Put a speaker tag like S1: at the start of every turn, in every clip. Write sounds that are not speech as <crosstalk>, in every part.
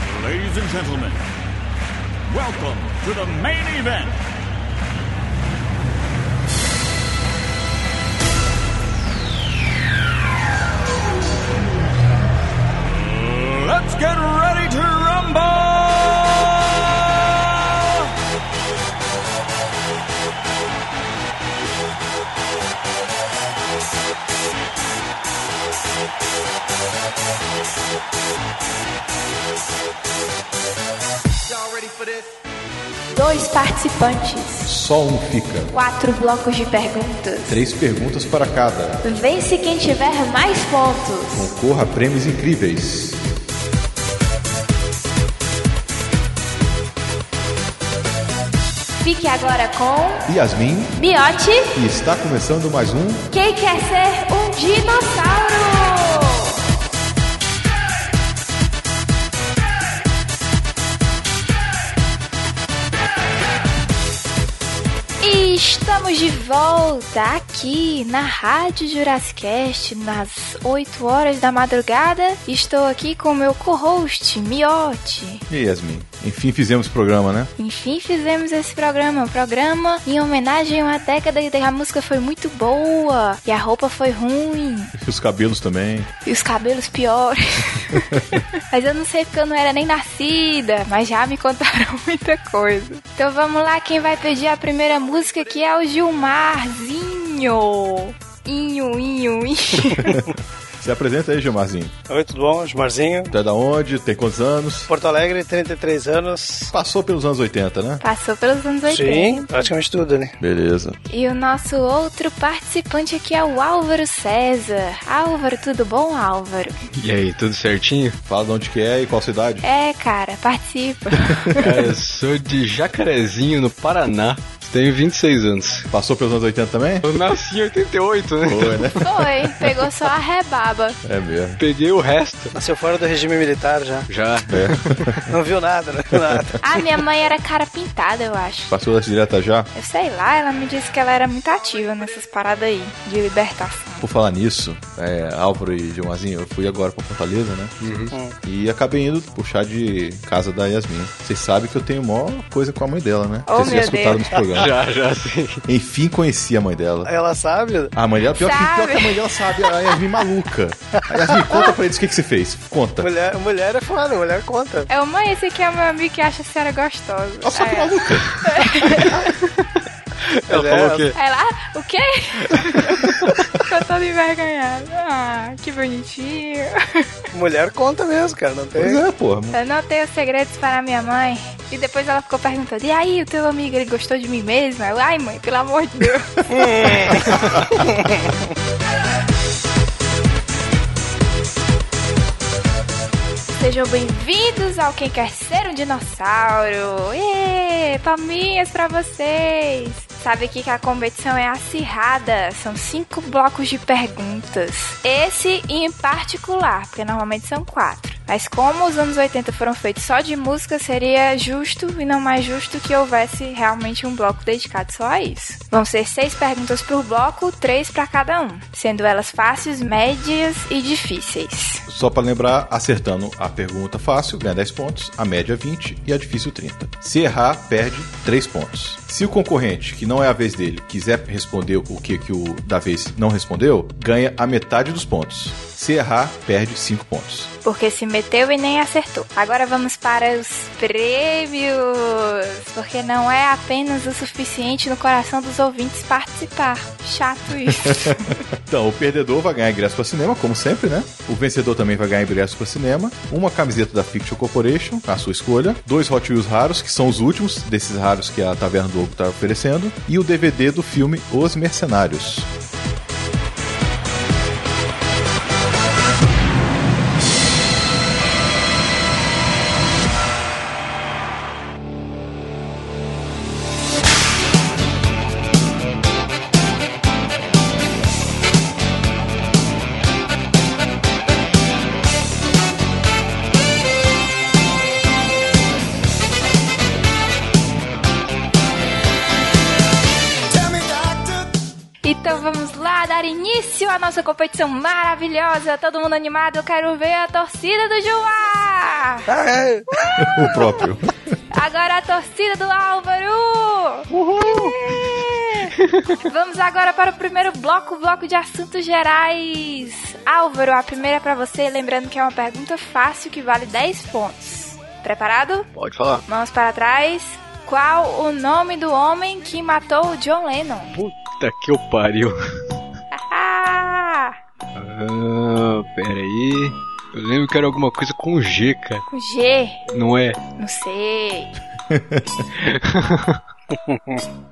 S1: and gentlemen, welcome to the main event. Let's get ready to rumble!
S2: Y'all ready for this?
S3: Dois participantes,
S4: Só um fica.
S3: quatro blocos de perguntas.
S4: Três perguntas para cada.
S3: Vence quem tiver mais pontos.
S4: Concorra a prêmios incríveis.
S3: Fique agora com
S4: Yasmin,
S3: Miote.
S4: e está começando mais um.
S3: Quem quer ser um dinossauro? E Estamos de volta aqui na Rádio Jurassicast, nas 8 horas da madrugada. Estou aqui com meu co-host, Miote.
S4: E aí, Yasmin? Enfim, fizemos o programa, né?
S3: Enfim, fizemos esse programa. Um programa em homenagem a uma década que a música foi muito boa e a roupa foi ruim
S4: E os cabelos também.
S3: e os cabelos piores. mas eu não sei porque eu não era nem nascida, mas já me contaram <laughs> muita coisa. Então vamos lá, quem vai pedir a primeira música que é o Gilmarzinho. Inho, inho, inho.
S4: Se apresenta aí, Gilmarzinho.
S5: Oi, tudo bom? Gilmarzinho.
S4: Tu é da onde? Tem quantos anos?
S5: Porto Alegre, 33 anos.
S4: Passou pelos anos 80, né?
S3: Passou pelos anos 80.
S5: Sim, praticamente tudo, né?
S4: Beleza.
S3: E o nosso outro participante aqui é o Álvaro César. Álvaro, tudo bom, Álvaro?
S6: E aí, tudo certinho?
S4: Fala de onde que é e qual cidade.
S3: É, cara, participa.
S6: Cara, eu sou de Jacarezinho, no Paraná. Tenho 26 anos.
S4: Passou pelos anos 80 também?
S6: Eu nasci em 88, né?
S4: Foi, né?
S3: Foi, pegou só a rebaba.
S4: É mesmo.
S6: Peguei o resto. É.
S5: Nasceu fora do regime militar já.
S6: Já.
S5: Não viu nada, não viu nada.
S3: Ah, minha mãe era cara pintada, eu acho.
S4: Passou das direta já?
S3: Eu sei lá, ela me disse que ela era muito ativa nessas paradas aí, de libertação.
S4: Por falar nisso, é, Álvaro e Gilmarzinho, eu fui agora pra Fortaleza, né?
S3: É.
S4: E acabei indo puxar de casa da Yasmin. Vocês sabem que eu tenho maior coisa com a mãe dela, né?
S3: Oh,
S4: Vocês já
S3: meu
S4: escutaram
S3: Deus.
S4: nos
S3: <laughs>
S4: programas.
S6: Já, já, sim.
S4: Enfim, conheci a mãe dela.
S5: Ela sabe?
S4: A mãe dela, pior, que,
S3: Sabe.
S4: pior que a mãe dela sabe, a Yasmin maluca. A Yasmin, conta pra eles o que, que você fez. Conta.
S5: Mulher, mulher é foda, mulher conta.
S3: É, mãe, esse aqui é meu amigo que acha a senhora gostosa. É.
S4: Ela só que
S3: Aí
S4: maluca.
S6: é, Ela
S5: Ela-
S6: falou que
S3: Ela, ah, o quê? <laughs> Tô toda envergonhada. Ah, que bonitinho.
S5: Mulher conta mesmo, cara, não
S4: Pois
S5: tem.
S4: é, porra.
S3: Eu não tenho segredos para minha mãe. E depois ela ficou perguntando, e aí, o teu amigo, ele gostou de mim mesmo? Eu, ai, mãe, pelo amor de Deus. Sejam bem-vindos ao Quem Quer Ser um Dinossauro. Ê, palminhas pra vocês. Sabe aqui que a competição é acirrada, são cinco blocos de perguntas. Esse em particular, porque normalmente são quatro. Mas como os anos 80 foram feitos só de música, seria justo e não mais justo que houvesse realmente um bloco dedicado só a isso. Vão ser seis perguntas por bloco, três pra cada um, sendo elas fáceis, médias e difíceis.
S4: Só pra lembrar, acertando a pergunta fácil, ganha 10 pontos, a média 20 e a difícil 30. Se errar, perde 3 pontos. Se o concorrente, que não é a vez dele, quiser responder o que, que o da vez não respondeu, ganha a metade dos pontos. Se errar, perde 5 pontos.
S3: porque se meteu e nem acertou. Agora vamos para os prêmios, porque não é apenas o suficiente no coração dos ouvintes participar. Chato isso.
S4: Então, o perdedor vai ganhar ingresso para cinema, como sempre, né? O vencedor também vai ganhar ingresso para cinema, uma camiseta da Fiction Corporation, a sua escolha, dois Hot Wheels raros, que são os últimos desses raros que a Taverna do Ouro está oferecendo, e o DVD do filme Os Mercenários.
S3: então vamos lá dar início à nossa competição maravilhosa. Todo mundo animado, eu quero ver a torcida do Gilmar! Ah!
S5: Ah, é.
S4: O próprio.
S3: Agora a torcida do Álvaro! É. Vamos agora para o primeiro bloco, o bloco de assuntos gerais. Álvaro, a primeira é para você, lembrando que é uma pergunta fácil que vale 10 pontos. Preparado?
S6: Pode falar.
S3: Mãos para trás. Qual o nome do homem que matou o John Lennon?
S6: Puta que eu pariu.
S3: Ah!
S6: Ah, pera aí. Eu lembro que era alguma coisa com G, cara.
S3: Com G?
S6: Não é?
S3: Não sei.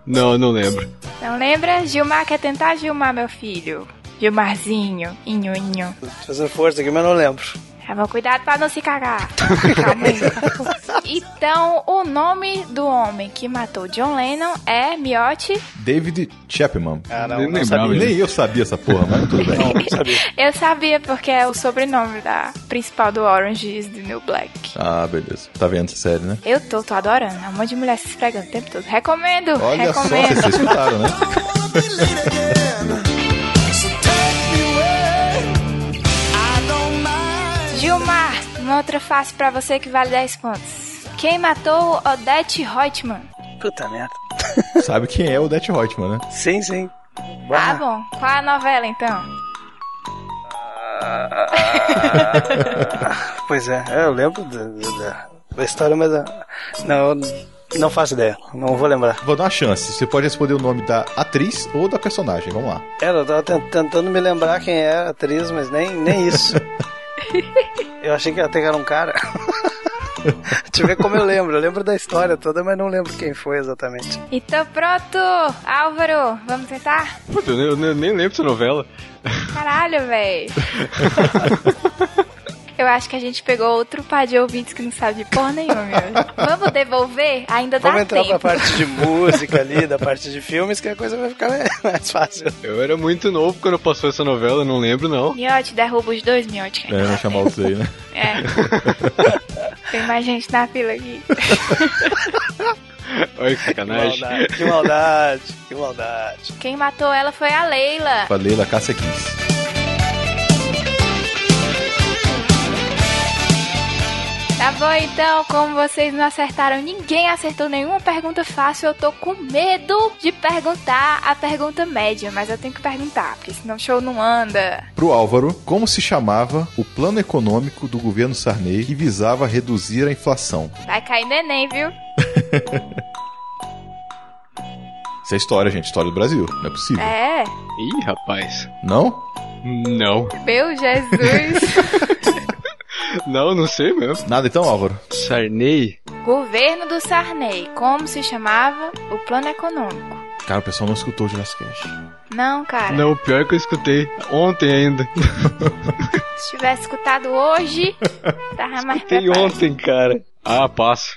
S6: Não, não lembro.
S3: Não lembra? Gilmar quer tentar Gilmar, meu filho. Gilmarzinho, inho, inho.
S5: Tô Fazendo força aqui, mas não lembro.
S3: Tá bom, cuidado pra não se cagar. Calma aí. Então, o nome do homem que matou John Lennon é Miotti.
S4: David Chapman.
S5: Ah, não,
S6: Nem
S5: não
S6: lembrava
S5: sabia.
S6: disso.
S4: Nem eu sabia essa porra, mas tudo bem.
S5: Não, não sabia.
S3: Eu sabia porque é o sobrenome da principal do Orange is the New Black.
S4: Ah, beleza. Tá vendo essa série, né?
S3: Eu tô, tô adorando. É um monte de mulher se esfregando o tempo todo. Recomendo,
S4: Olha só, vocês
S3: recomendo.
S4: escutaram, né?
S3: Gilmar, uma outra face pra você que vale 10 pontos. Quem matou Odette Reutemann?
S5: Puta merda.
S4: Sabe quem é o Det Hotman, né?
S5: Sim, sim.
S3: Ah, bom. Qual a novela, então?
S5: Pois é, é, eu lembro da, da- da história, mas ah, não, não faço ideia, não vou lembrar.
S4: Vou dar uma chance. Você pode responder o nome da atriz ou da personagem. Vamos lá.
S5: Era, É, eu tava ten- tentando me lembrar quem era a atriz, mas nem,
S3: <laughs>
S5: nem isso. eu achei que até que era um cara. <laughs> Deixa eu ver como eu lembro. Eu lembro da história toda, mas não lembro quem foi exatamente.
S3: Então pronto, Álvaro, vamos tentar?
S6: Puta, eu, nem- eu nem lembro dessa novela.
S3: Caralho,
S5: <laughs>
S3: véi. Eu acho que a gente pegou outro par de ouvintes que não sabe de porra nenhuma. meu. Vamos devolver? Ainda dá
S5: Vamos entrar
S3: tempo.
S5: pra parte de música ali, da parte de filmes, que a coisa vai ficar <laughs> mais fácil.
S6: Eu era muito novo quando passou essa novela, não lembro não.
S3: Miote, derruba os dois, Miote.
S4: É, vamos chamar os aí, né?
S3: É. Tem mais gente na fila aqui.
S6: Olha que
S5: Que
S6: sacanagem.
S5: maldade, que maldade, que maldade.
S3: Quem matou ela foi a Leila.
S4: Falei da Cássia Kiss.
S3: Tá bom, então, como vocês não acertaram, ninguém acertou nenhuma pergunta fácil, eu tô com medo de perguntar a pergunta média, mas eu tenho que perguntar, porque senão o show não anda.
S4: Pro Álvaro, como se chamava o plano econômico do governo Sarney que visava reduzir a inflação?
S3: Vai cair neném, viu?
S4: Isso é história, gente. História do Brasil. Não é possível.
S3: É,
S6: Ih, rapaz.
S4: Não?
S6: Não.
S3: meu Jesus.
S6: Não, não sei mesmo.
S4: Nada então, Álvaro?
S6: Sarney?
S3: Governo do Sarney, como se chamava o plano econômico?
S4: Cara, o pessoal não escutou o Jurassic Cash.
S3: Não, cara,
S6: Não, pior é que eu escutei. Ontem ainda.
S3: se tivesse escutado
S4: <laughs>
S3: hoje, tava mais <laughs>
S6: Tem
S3: preparado.
S6: ontem, cara. Ah, passo.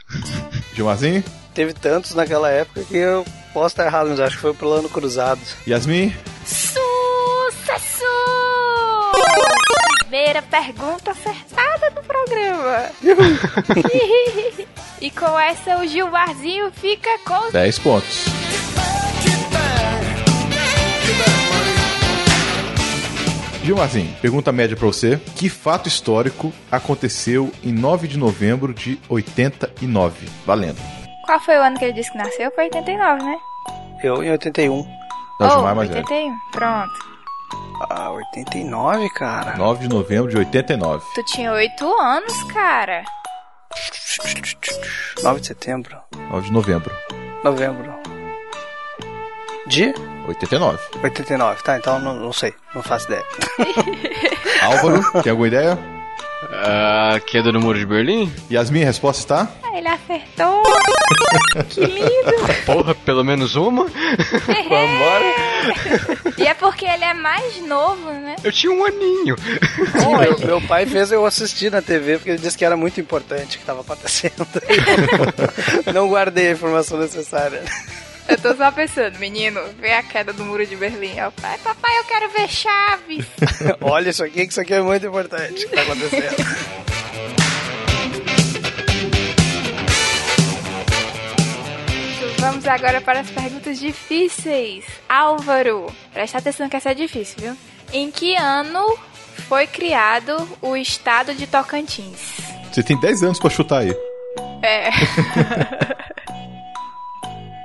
S4: Gilmarzinho?
S5: Teve tantos naquela época que eu posso estar errado, mas acho que foi pro Lano Cruzado.
S4: Yasmin?
S3: Sucesso! Primeira pergunta acertada do
S4: <laughs>
S3: programa. e com essa o Gilmarzinho fica com
S4: 10 pontos. Gilmarzinho, pergunta média pra você. Que fato histórico aconteceu em 9 de novembro de 89? Valendo.
S3: Qual foi o ano que ele disse que nasceu? Foi 89, né?
S5: Eu em 81.
S4: Tá
S3: Ou
S4: Gilmar mais velho.
S3: 81. Pronto.
S5: Ah, 89, cara.
S4: 9 de novembro de 89.
S3: Tu tinha 8 anos, cara.
S5: 9 de setembro.
S4: 9 de novembro.
S5: Novembro. De
S4: 89.
S5: 89. Tá, então não, não sei. Não faço <laughs> ideia.
S4: Álvaro, tem alguma ideia?
S6: Ah, queda do Muro de Berlim?
S4: Yasmin, a resposta está?
S3: Ah, Ele
S4: <laughs>
S3: acertou. que lindo.
S6: Porra, Ah, pelo menos uma?
S5: Vambora.
S3: E é porque ele é mais novo, né?
S6: Eu tinha um aninho.
S5: Bom, meu, meu pai fez eu assistir na TV porque ele disse que era muito importante o que estava <laughs> acontecendo. não guardei a informação necessária.
S3: Eu tô só pensando, menino, vê a queda do muro de Berlim. Aí o pai, papai, eu quero ver Chaves.
S5: Olha isso aqui, que isso aqui é muito importante o que tá acontecendo.
S3: <laughs> Vamos agora para as perguntas difíceis. Álvaro, presta atenção que essa é difícil, viu? Em que ano foi criado o estado de Tocantins?
S4: Você tem 10 anos pra chutar aí. <laughs>
S3: <laughs> É.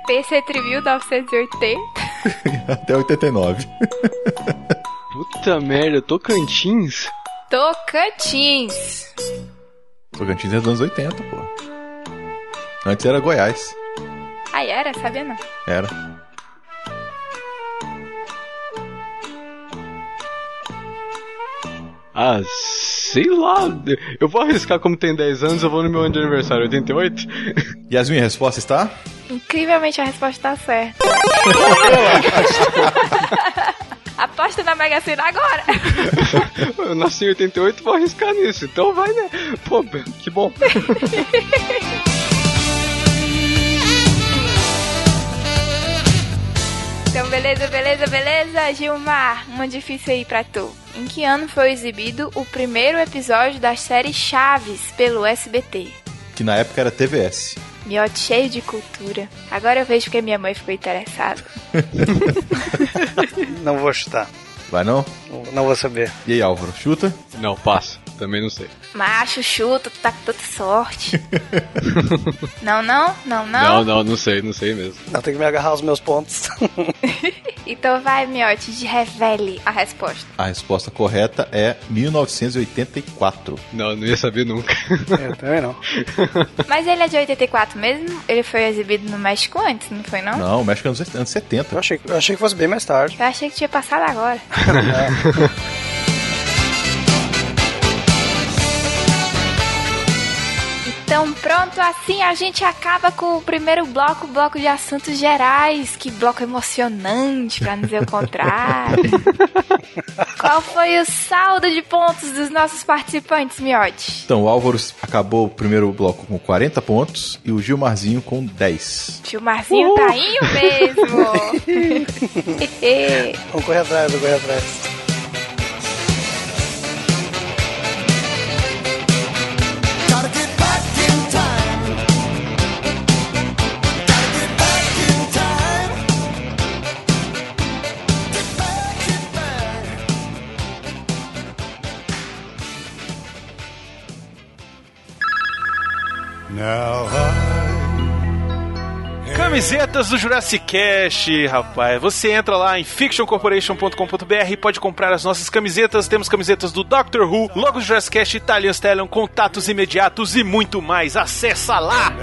S3: PC Trivial 980.
S4: Até 89.
S6: Puta merda, Tocantins?
S3: Tocantins.
S4: Tocantins é dos anos 80, pô. Antes era Goiás.
S3: Aí Ah, era, sabia não.
S4: Era.
S6: Ah, sei lá. Eu vou arriscar como tem 10 anos, eu vou no meu ano de aniversário, 88?
S4: Yasmin, a resposta está?
S3: Incrivelmente a resposta tá certa. <laughs> Aposta na Mega Sena agora.
S6: <laughs> Eu nasci em 88, vou arriscar nisso. Então vai, né? Pô, que bom.
S3: Então, beleza, beleza, beleza. Gilmar, uma difícil aí pra tu. Em que ano foi exibido o primeiro episódio da série Chaves pelo SBT?
S4: Que na época era TVS.
S3: Miote cheio de cultura. Agora eu vejo porque minha mãe ficou interessada.
S5: Não vou chutar.
S4: Vai não?
S5: Não vou saber.
S4: E aí, Álvaro, chuta?
S6: Não, passa. Também não sei.
S3: Macho, chuta, tu tá com tanta sorte. não, não, não, não,
S6: Não, não, não sei, não sei mesmo.
S5: Não, tenho que me agarrar aos meus pontos.
S3: Então vai, Miote, de revele a resposta.
S4: A resposta correta é 1984.
S6: Não, não ia saber nunca. <laughs>
S5: Eu também não.
S3: Mas ele é de 84 mesmo? Ele foi exibido no México antes, não foi não?
S4: Não, o México é nos anos 70.
S5: Eu achei, eu achei que fosse bem mais tarde.
S3: Eu achei que tinha passado agora. Então pronto, assim a gente acaba com o primeiro bloco, o bloco de assuntos gerais. Que bloco emocionante, pra não dizer o contrário. Qual foi o saldo de pontos dos nossos participantes, Miotti?
S4: Então, o Álvaro acabou o primeiro bloco com 40 pontos e o Gilmarzinho com 10.
S3: Tio Marzinho tá aí mesmo. <laughs>
S5: Vamos correr atrás, vamos correr atrás.
S7: Camisetas do Jurassic Cast, rapaz. Você entra lá em fictioncorporation.com.br e pode comprar as nossas camisetas. Temos camisetas do Doctor Who, logo do Jurassic Cast, Italian Stallion, contatos imediatos e muito mais. Acessa lá!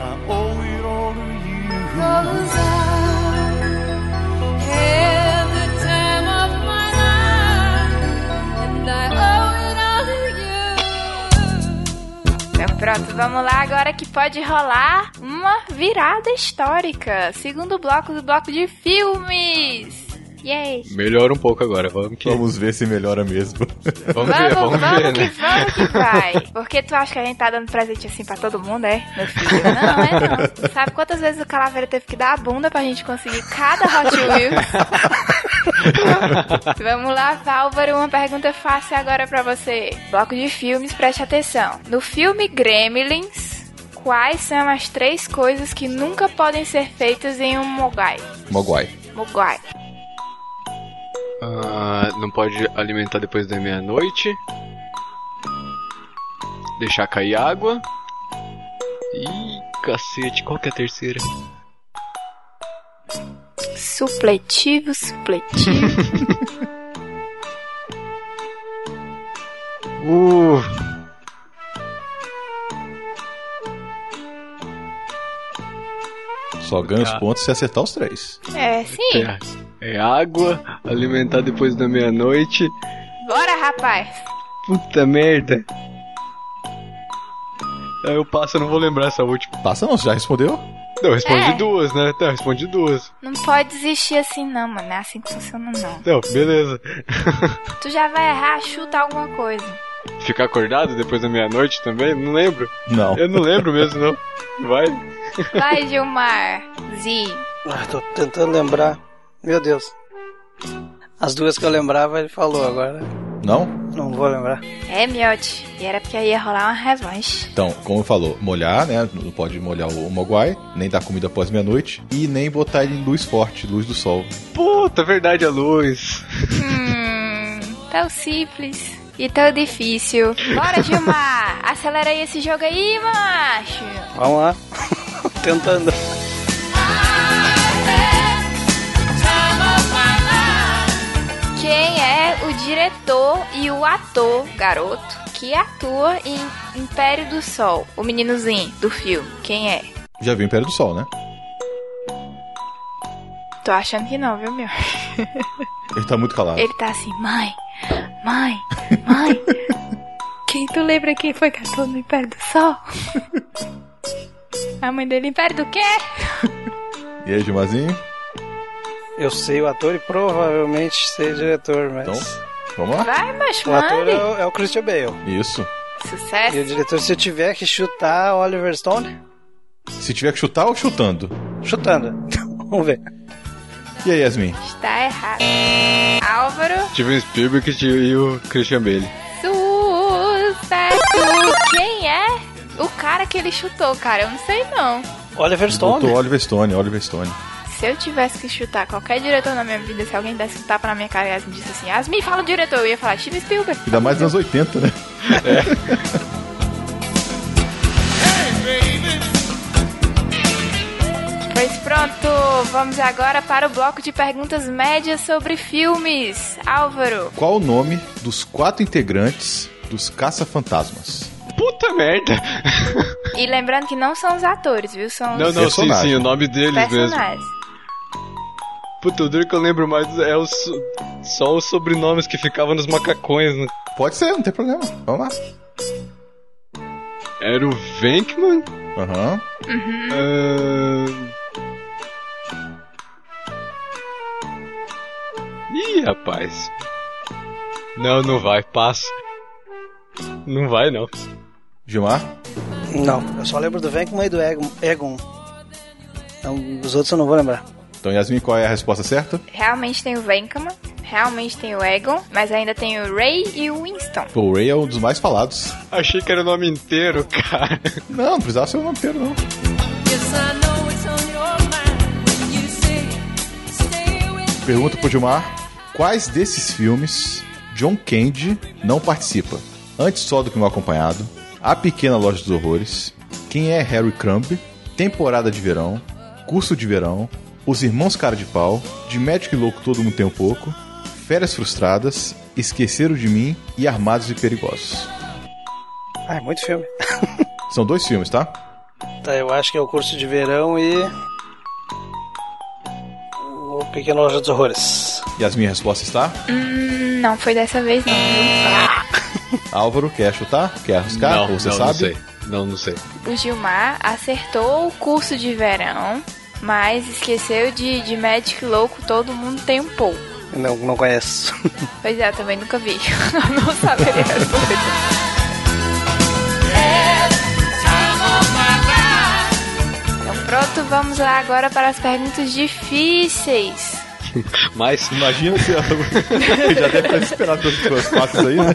S3: Então pronto, vamos lá agora que pode rolar uma virada histórica. Segundo bloco do bloco de filmes. Yay!
S6: Melhora um pouco agora, vamos que.
S4: Vamos ver se melhora mesmo.
S6: Vamos ver,
S3: Vamos,
S6: vamos
S3: vamos,
S6: ver,
S3: que
S6: né?
S3: vamos que
S6: <laughs>
S3: vai. Porque tu acha que a gente tá dando presente assim pra todo mundo, é? Meu filho, não, é não. Tu sabe quantas vezes o Calaveira teve que dar a bunda pra gente conseguir cada
S6: <laughs>
S3: Hot Wheels? vamos lá, Válvaro, uma pergunta fácil agora pra você. Bloco de filmes, preste atenção. No filme Gremlins... Quais são as três coisas que nunca podem ser feitas em um Mogai?
S4: <laughs> Mogwai.
S3: Mogai.
S6: Ah, não pode alimentar depois da meia-noite. Deixar cair água. Ih, cacete, qual que é a terceira?
S3: Supletivo, supletivo.
S6: Uh.
S4: Só ganha os
S6: Tá.
S4: pontos se acertar os três.
S3: é, sim.
S6: É, é água, alimentar depois da meia-noite.
S3: Bora, rapaz.
S6: Puta merda. Ah, Eu passo, eu não vou lembrar essa última.
S4: Passa não, você já respondeu?
S6: Não, eu respondi
S3: É.
S6: duas, né? Tá, eu respondi duas.
S3: Não pode desistir assim, não, mano. Não é assim que funciona, não.
S6: Não, beleza.
S3: Tu já vai errar, chuta alguma coisa.
S6: Ficar acordado depois da meia-noite também? Não lembro.
S4: Não.
S6: Eu não lembro mesmo, não. Vai.
S3: Vai, Gilmar. Z.
S5: Ah, tô tentando lembrar. Meu Deus. As duas que eu lembrava, ele falou agora.
S4: Não?
S5: Não vou lembrar.
S3: É, miote. E era porque ia rolar uma revanche.
S4: Então, como eu falou, molhar, né? Não pode molhar o Mogwai, nem dar comida após meia-noite e nem botar ele em luz forte, luz do sol.
S6: Puta, verdade, a é luz.
S3: Hum, tão simples. e tão difícil. Bora, Gilmar! Acelera aí esse jogo aí, macho!
S5: Vamos lá. Tentando.
S3: Quem é o diretor e o ator, garoto, que atua em Império do Sol, o meninozinho do filme? Quem é?
S4: Já viu Império do Sol, né?
S3: Tô achando que não, viu, meu?
S4: Ele tá muito calado.
S3: Ele tá assim, mãe, mãe, mãe. quem tu lembra quem foi que atuou no Império do Sol? A mãe dele, Império do quê?
S4: E aí, Gilmazinho?
S5: Eu sei o ator e provavelmente sei o diretor, mas.
S4: Então, vamos lá.
S3: Vai, macho,
S5: o ator
S3: mande.
S5: é o, é o Christian Bale.
S4: Isso.
S5: E o
S3: Sucesso.
S5: diretor, se eu tiver que chutar Oliver Stone,
S4: Se tiver que chutar ou chutando.
S5: chutando. <laughs> Então, Vamos ver.
S4: E aí, Yasmin?
S3: Está errado. Álvaro,
S6: Steven Spielberg e o Christian Bale.
S3: sucesso. Quem é o cara que ele chutou, cara? Eu não sei, não.
S5: Oliver Stone?
S4: Botou Oliver Stone, Oliver Stone.
S3: Se eu tivesse que chutar qualquer diretor na minha vida, se alguém desse um tapa na minha cara e me disse assim, Asmi, fala o diretor, eu ia falar Steven Spielberg.
S4: Ainda mais nos anos 80, né?
S3: Pois pronto, vamos agora para o bloco de perguntas médias sobre filmes. Álvaro,
S4: Qual o nome dos quatro integrantes dos Caça-Fantasmas?
S6: Puta merda!
S3: e lembrando que não são os atores, viu? São
S6: Não,
S3: os
S6: não, sim,
S4: Personagem.
S6: sim, o nome deles mesmo.
S3: personagens.
S6: Puta, o duro que eu lembro mais é o so- só os sobrenomes que ficavam nos macacões, né?
S4: Pode ser, não tem problema. Vamos lá.
S6: Era o Venkman? Ah.
S4: Aham.
S6: Ahn. Ih, rapaz. Não, não vai, passa. Não vai, não.
S4: Gilmar?
S5: Não, eu só lembro do Venkman e do Egon. Egon. um. Então, os outros eu não vou lembrar.
S4: Então, Yasmin, qual é a resposta certa?
S3: Realmente tem o Venkman, realmente tem o Egon, mas ainda tem o Ray e o Winston.
S4: Pô, o Ray é um dos mais falados.
S6: Achei que era o nome inteiro, <laughs> cara.
S4: Não, não precisava ser o nome inteiro, não. Pergunta pro Gilmar: quais desses filmes John Candy não participa? Antes só do que um acompanhado, A Pequena Loja dos Horrores, Quem é Harry Crumb, Temporada de Verão, Curso de Verão, Os Irmãos Cara de Pau, De Médico e Louco Todo Mundo Tem Um Pouco, Férias Frustradas, Esqueceram de Mim e Armados e Perigosos.
S5: Ah, é muito filme.
S4: São dois filmes, tá?
S5: Tá, eu acho que é o curso de verão e. O Pequeno Loja dos Horrores.
S4: E as minhas respostas tá? está?
S3: Hum, Não foi dessa vez, não. viu?
S4: Álvaro, quer chutar? Quer arriscar?
S6: não,
S4: Ou você
S6: não,
S4: sabe?
S6: não sei. Não, não sei.
S3: O Gilmar acertou o curso de verão, mas esqueceu de, de Magic Louco, todo mundo tem um pouco.
S5: Não, não conheço.
S3: Pois é, eu também nunca vi. <laughs> Eu não saberia responder. Então pronto, vamos lá agora para as perguntas difíceis.
S6: Mas
S4: Imagina se eu <laughs> já deve ter esperado pelos pelos fatos aí, né?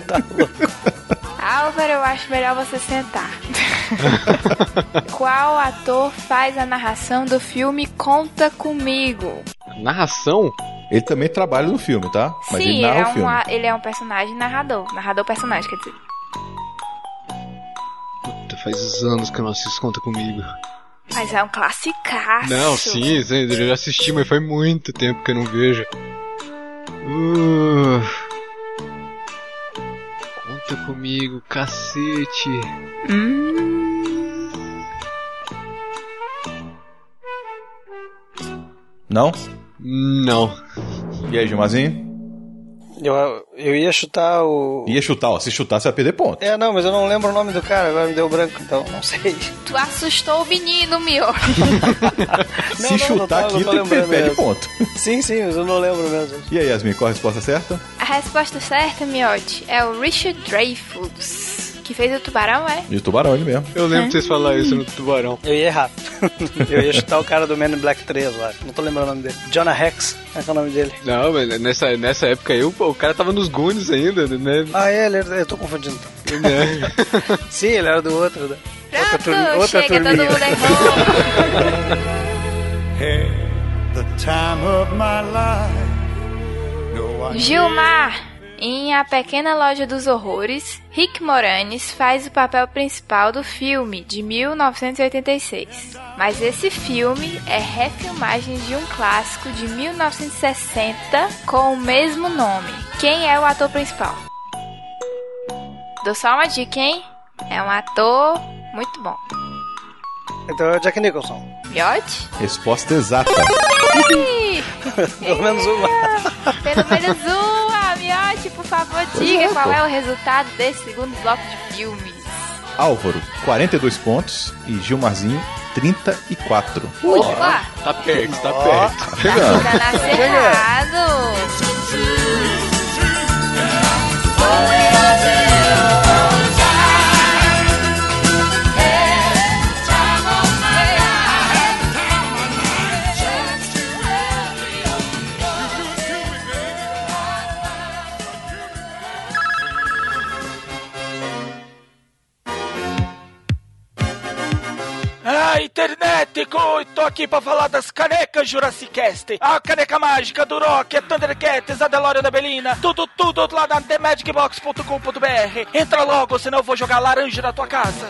S3: Álvaro, eu acho melhor você
S4: <laughs>
S3: sentar. Qual ator faz a narração do filme Conta Comigo?
S6: narração?
S4: Ele também trabalha no filme, tá? Mas ele
S3: Sim,
S4: narra
S3: é
S4: o
S3: um,
S4: filme.
S3: a- ele é um personagem narrador. Narrador personagem, quer dizer.
S6: Puta, faz anos que eu não assisto conta comigo.
S3: Mas é um classicaço.
S6: Não, sim, sim, eu já assisti, mas faz muito tempo que eu não vejo. Uh. Conta comigo, cacete.
S4: Não?
S6: Não.
S4: E aí, Gilmazinho?
S5: <laughs> Eu, eu ia chutar o.
S4: Ia chutar, ó. Se chutar, você vai perder ponto.
S5: É, não, mas eu não lembro o nome do cara, agora me deu branco, então não sei.
S3: Tu assustou o menino, meu.
S4: Se
S5: não, não,
S4: chutar
S5: tá, não tô-
S4: aqui,
S5: não
S4: tem
S5: tô
S4: que
S5: lembrando
S4: perde
S5: mesmo.
S4: ponto.
S5: Sim, sim, mas eu não lembro mesmo.
S4: E aí, Yasmin, qual a resposta certa?
S3: A resposta certa, Miote, é o Richard Dreyfuss, que fez o Tubarão, é?
S4: E o tubarão, ele mesmo.
S6: Eu lembro de vocês falarem isso no Tubarão.
S5: Eu ia <laughs> errar. eu ia chutar o cara do Men in Black 3 lá. Não tô lembrando o nome dele. Jonah Rex, é que é o nome dele.
S6: Não, mas nessa, nessa época aí o- o cara tava nos Goonies ainda, né?
S5: Ah, é, ele era... eu tô confundindo. Sim, ele era do outro. né? da- Outra,
S3: Pronto,
S5: turmi- outra
S3: chega, todo
S5: turminha.
S3: mundo é errou.
S1: Had the time of my life. No, I
S3: <laughs> Gilmar, Em A Pequena Loja dos Horrores, Rick Moranis faz o papel principal do filme de 1986. Mas esse filme é refilmagem de um clássico de 1960 com o mesmo nome. Quem é o ator principal? Dou só uma dica, hein? É um ator muito bom.
S5: Então é o Jack Nicholson.
S3: Miote?
S4: Resposta exata.
S5: Pelo menos uma.
S3: Pelo menos uma, Miote, por favor, diga qual é o resultado desse segundo bloco de filmes.
S4: Álvaro, 42 pontos. E Gilmarzinho, 34.
S3: Opa!
S6: <laughs> Tá perto, tá perto.
S4: Chegando.
S3: Tá nasce errado!
S7: Ah, internet! co- Tô aqui pra falar das canecas Jurassicast. A caneca mágica do Rock, a Thundercats, a DeLorean da Belina. Tudo, tudo lá na TheMagicBox.com.br. Entra logo, senão eu vou jogar laranja na tua casa.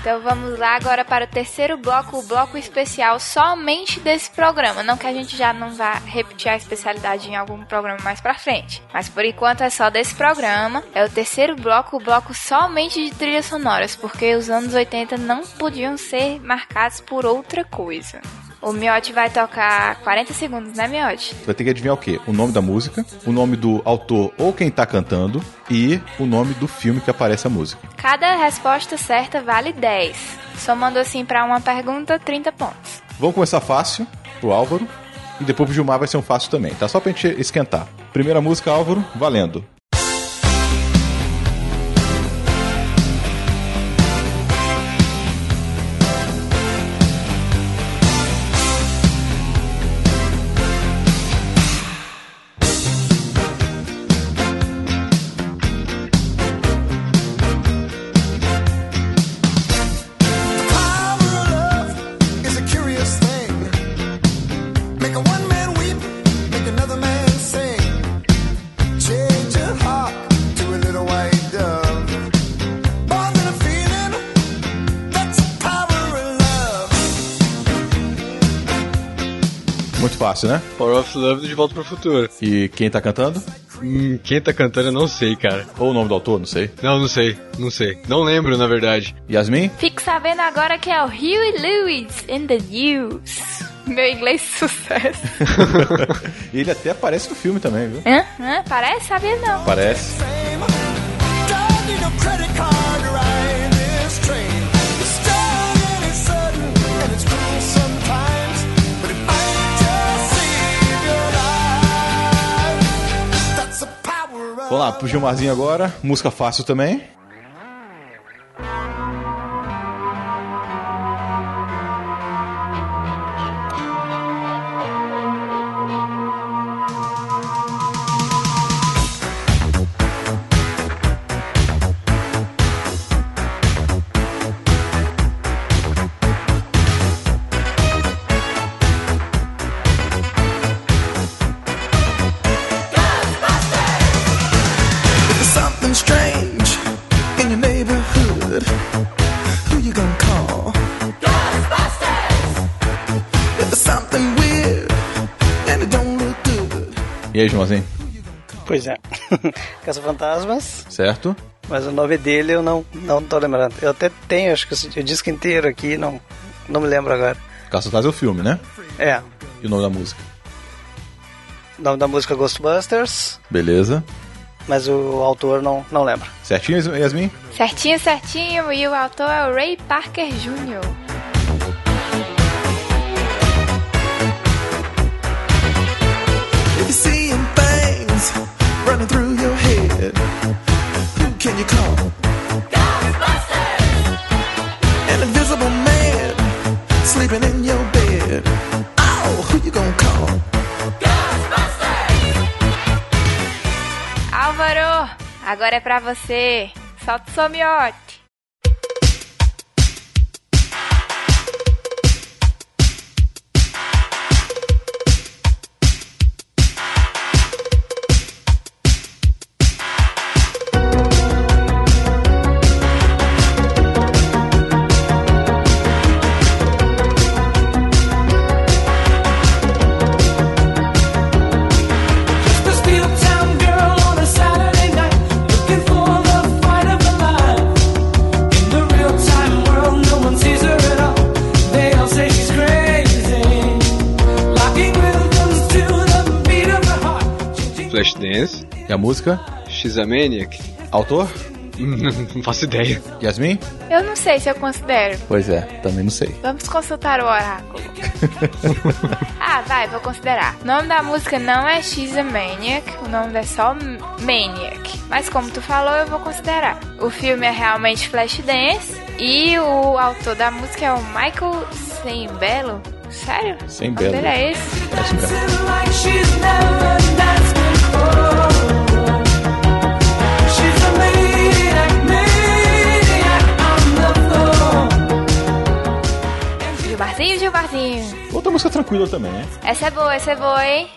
S3: Então vamos lá agora para o terceiro bloco, o bloco especial somente desse programa. Não que a gente já não vá repetir a especialidade em algum programa mais pra frente, mas por enquanto é só desse programa. É o terceiro bloco, o bloco somente de trilhas sonoras, porque os anos 80 não podiam ser marcados por outra coisa. O Miotti vai tocar 40 segundos, né, Miotti?
S4: Vai ter que adivinhar o quê? O nome da música, o nome do autor ou quem tá cantando e o nome do filme que aparece a música.
S3: Cada resposta certa vale 10, somando assim pra uma pergunta 30 pontos.
S4: Vamos começar fácil pro Álvaro e depois pro Gilmar vai ser um fácil também, tá? Só pra gente esquentar. Primeira música, Álvaro, valendo. Muito fácil, né?
S6: Power of Love do De Volta pro Futuro.
S4: E quem tá cantando?
S6: Hum, quem tá cantando eu não sei, cara.
S4: Ou o nome do autor, não sei.
S6: Não, não sei, não sei. Não lembro, na verdade.
S4: Yasmin?
S3: Fique sabendo agora que é o Huey Lewis in the News. Meu inglês <laughs> sucesso.
S4: Ele até aparece no filme também, viu?
S3: Hã? Hã? Parece? Sabia não.
S4: Aparece. Vamos lá, pro Gilmarzinho agora. Música fácil também.
S8: There's something strange in your neighborhood. Who you gonna call? Ghostbusters! If there's something weird and it don't look good.
S4: E aí, Gilmarzinho?
S5: Pois é. <laughs> Caça-fantasmas,
S4: Certo?
S5: mas o nome dele eu não, não tô lembrando. Eu até tenho, acho que o disco inteiro aqui, não, não me lembro agora.
S4: Caça Traz é o filme, né?
S5: É,
S4: E o nome da música.
S5: o nome da música é Ghostbusters,
S4: Beleza.
S5: mas o autor não, não lembro.
S4: Certinho, Yasmin?
S3: Certinho, certinho. E o autor é o Ray Parker Jr.
S8: If you're seeing things running through your head, who can you call? Ghostbusters! An invisible man sleeping in your bed. Oh, who you gonna call?
S3: Álvaro, agora é pra você. Solta o seu miote.
S6: Flashdance,
S4: E a música?
S6: Xamaniac.
S4: Autor?
S6: <laughs> Não faço ideia.
S4: Yasmin?
S3: Eu não sei se eu considero.
S4: Pois é, também não sei.
S3: Vamos consultar o oráculo. ah, vai, vou considerar. O nome da música não é She's a Maniac, o nome é só M- Maniac. Mas como tu falou, eu vou considerar. O filme é realmente Flashdance e o autor da música é o Michael Sembello. Sério? O
S4: Sembello.
S3: nome dele é esse?
S4: É isso mesmo.
S3: Gilbarzinho, Gilbarzinho.
S4: Outra música tranquila também, né?
S3: Essa é boa, essa é boa, hein?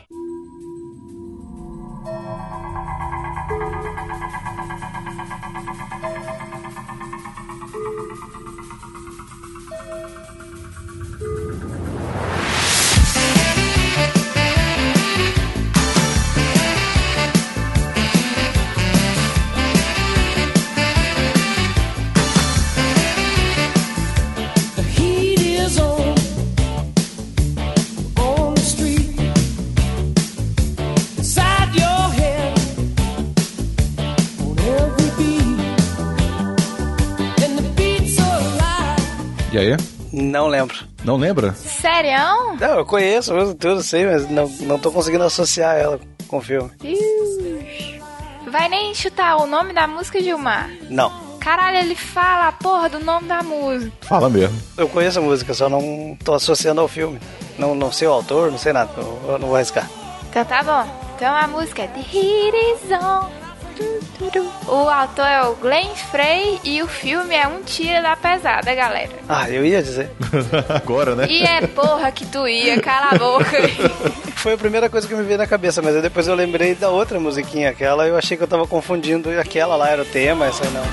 S4: E aí?
S5: Não lembro.
S4: Não lembra?
S3: Serião?
S5: Não, eu conheço a música tudo, sei, mas não, não tô conseguindo associar ela com o filme.
S3: Ih. Vai nem chutar o nome da música, Gilmar.
S5: Não.
S3: Caralho, ele fala a porra do nome da música.
S4: Fala mesmo. <laughs>
S5: Eu conheço a música, só não tô associando ao filme. Não, não sei o autor, não sei nada. Eu, eu não vou arriscar.
S3: Então tá bom. Então a música é The Heat Is On. Tu, tu, tu. O autor é o Glenn Frey e o filme é Um Tira da Pesada, galera.
S5: Ah, eu ia dizer. <laughs>
S4: Agora, né?
S3: E é porra que tu ia, cala a boca.
S5: Foi a primeira coisa que me veio na cabeça, mas aí depois eu lembrei da outra musiquinha, aquela, eu achei que eu tava confundindo e aquela lá era o tema, essa aí não.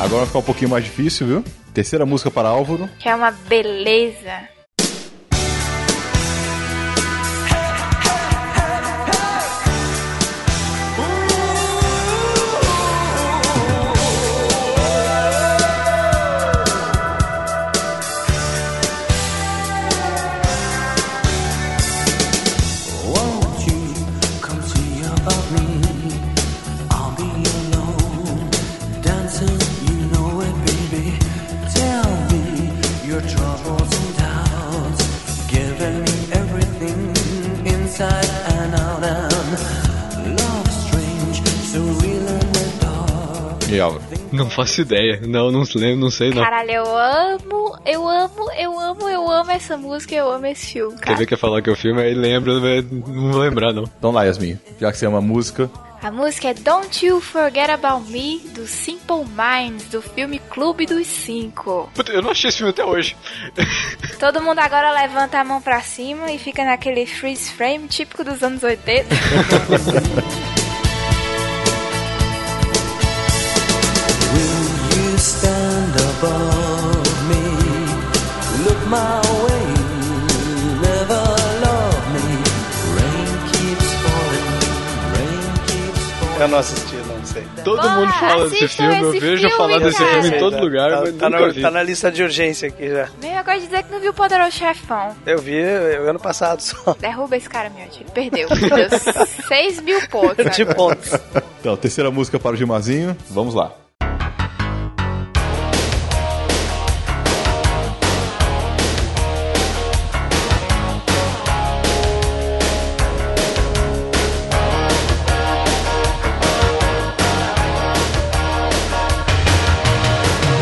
S4: Agora vai ficar um pouquinho mais difícil, viu? Terceira música para Álvaro.
S3: que é uma beleza.
S8: Inside and out, and love strange, surreal and the dark.
S4: E aí, Álvaro?
S6: Não faço ideia. Não, não lembro, não sei não.
S3: Caralho, eu amo, eu amo, eu amo, eu amo essa música, eu amo esse filme,
S6: Quer ver
S3: cara.
S6: que eu falar que é o filme, aí lembra, mas não vou lembrar não.
S4: Então lá, Yasmin. Já que você ama música,
S3: A música é Don't You Forget About Me, do Simple Minds, do filme Clube dos Cinco.
S6: Puta, eu não achei esse filme até
S3: <laughs>
S6: hoje.
S3: Todo mundo agora levanta a mão pra cima e fica naquele freeze frame típico dos anos
S4: <laughs>
S3: 80.
S8: Will you stand above me? Look my way. Never love me. Rain keeps falling. Rain keeps falling.
S5: Eu não assisti, não sei.
S6: Todo
S3: Pô,
S6: mundo fala desse
S3: assistam
S6: filme, eu
S3: esse
S6: vejo
S3: filme,
S6: falar desse
S3: cara.
S6: filme em todo
S5: Tá-
S6: lugar,
S5: tá,
S6: mas
S5: tá
S6: nunca
S5: na,
S6: vi.
S5: tá na lista de urgência aqui já.
S3: Mesma coisa dizer que não viu o Poderoso Chefão.
S5: Eu vi eu, ano passado só. <laughs>
S3: Derruba esse cara, meu tio. Perdeu.
S4: <laughs>
S3: Perdeu 6 mil
S4: É
S3: pontos.
S4: tipo-
S5: De
S3: agora.
S5: pontos.
S4: Então, terceira música para o Gilmarzinho, vamos lá.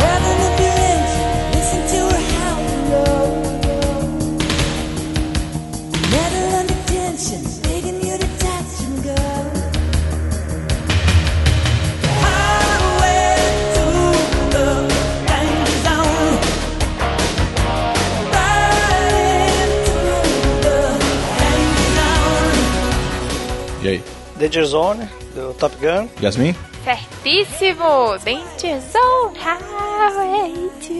S8: Rather than feelings, listen to her howl. Metal under tension, begging you to touch and go. Highway to the danger zone. Riding through the danger
S4: E
S8: zone.
S4: aí?
S5: Danger Zone, do Top Gun.
S4: Yasmin?
S3: Certíssimo. Danger Zone Highway to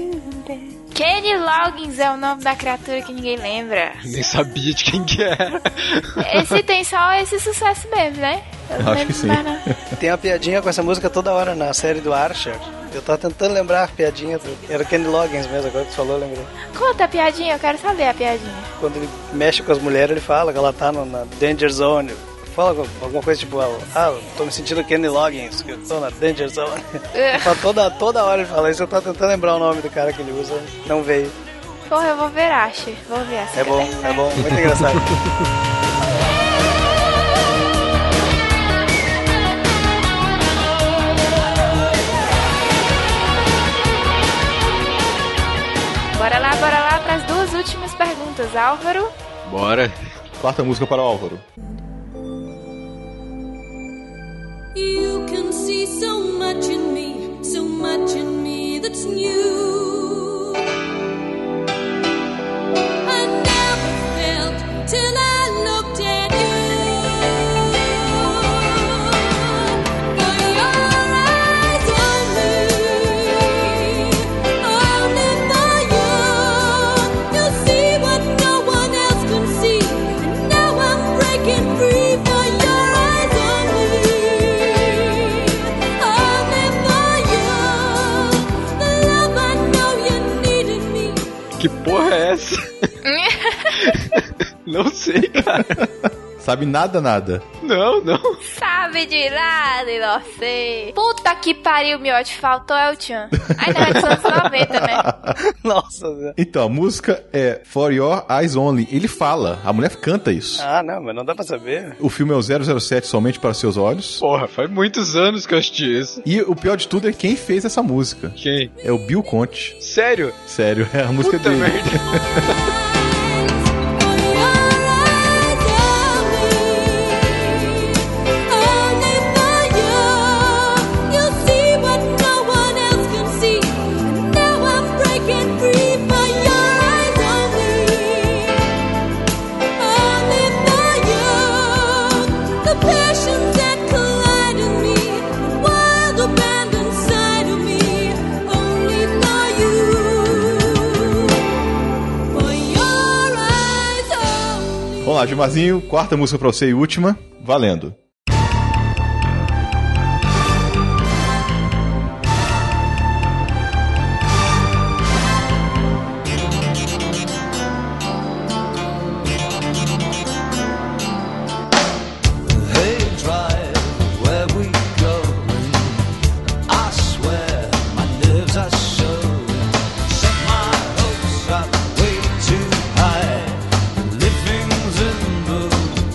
S3: the... Kenny Loggins é o nome da criatura que ninguém lembra.
S6: Nem sabia de quem que era.
S4: <laughs>
S3: Esse tem só esse sucesso mesmo, né? Eu não
S4: Acho
S3: lembro
S4: que sim.
S3: mais nada.
S5: Tem uma piadinha com essa música toda hora na série do Archer. Eu tava tentando lembrar a piadinha do. Era o Kenny Loggins mesmo, agora que tu falou, eu lembrei.
S3: Conta a piadinha, eu quero saber a piadinha.
S5: Quando ele mexe com as mulheres, ele fala que ela tá no, na Danger Zone. Fala com- alguma coisa tipo, ah, eu tô me sentindo Kenny Loggins, que eu tô na Danger Zone. Ele fala toda, toda hora ele fala isso, eu tava tentando lembrar o nome do cara que ele usa, não veio.
S3: Porra, eu vou ver, acho. Vou ver essa.
S5: É bom, é bom, muito engraçado.
S3: Bora lá, bora lá para as duas últimas perguntas, Álvaro.
S6: Bora.
S4: Quarta música para o Álvaro.
S9: You can see so much in me, so much in me that's new. I never felt till I looked at you. For your eyes only, only for you. You see what no one else can see, and now I'm breaking free. For your eyes only, only for you. The love I know you needed me.
S6: Que porra é essa? <laughs> não sei, cara.
S4: Sabe nada, nada.
S6: Não, não.
S3: <laughs> Sabe de nada, inocente. Puta que pariu, miote. Faltou El Chan. Ainda é dos anos 90, né?
S5: Nossa, Zé.
S4: Então, a música é For Your Eyes Only. Ele fala, a mulher canta isso.
S5: ah, não, mas não dá pra saber.
S4: O filme é o 007 somente para seus olhos.
S6: Porra, faz muitos anos que eu assisti isso.
S4: E o pior de tudo é quem fez essa música.
S6: Quem?
S4: É o Bill Conte.
S6: Sério?
S4: Sério, é a música
S6: Puta
S4: dele.
S6: merda.
S9: Passions that collide in me, wild abandon side of me, only for you. For your eyes only.
S4: Vamos lá, Gilmarzinho, quarta música pra você e última. Valendo.
S8: They drive where we go. I swear my nerves are so. Set my hopes up way too high. Living's in the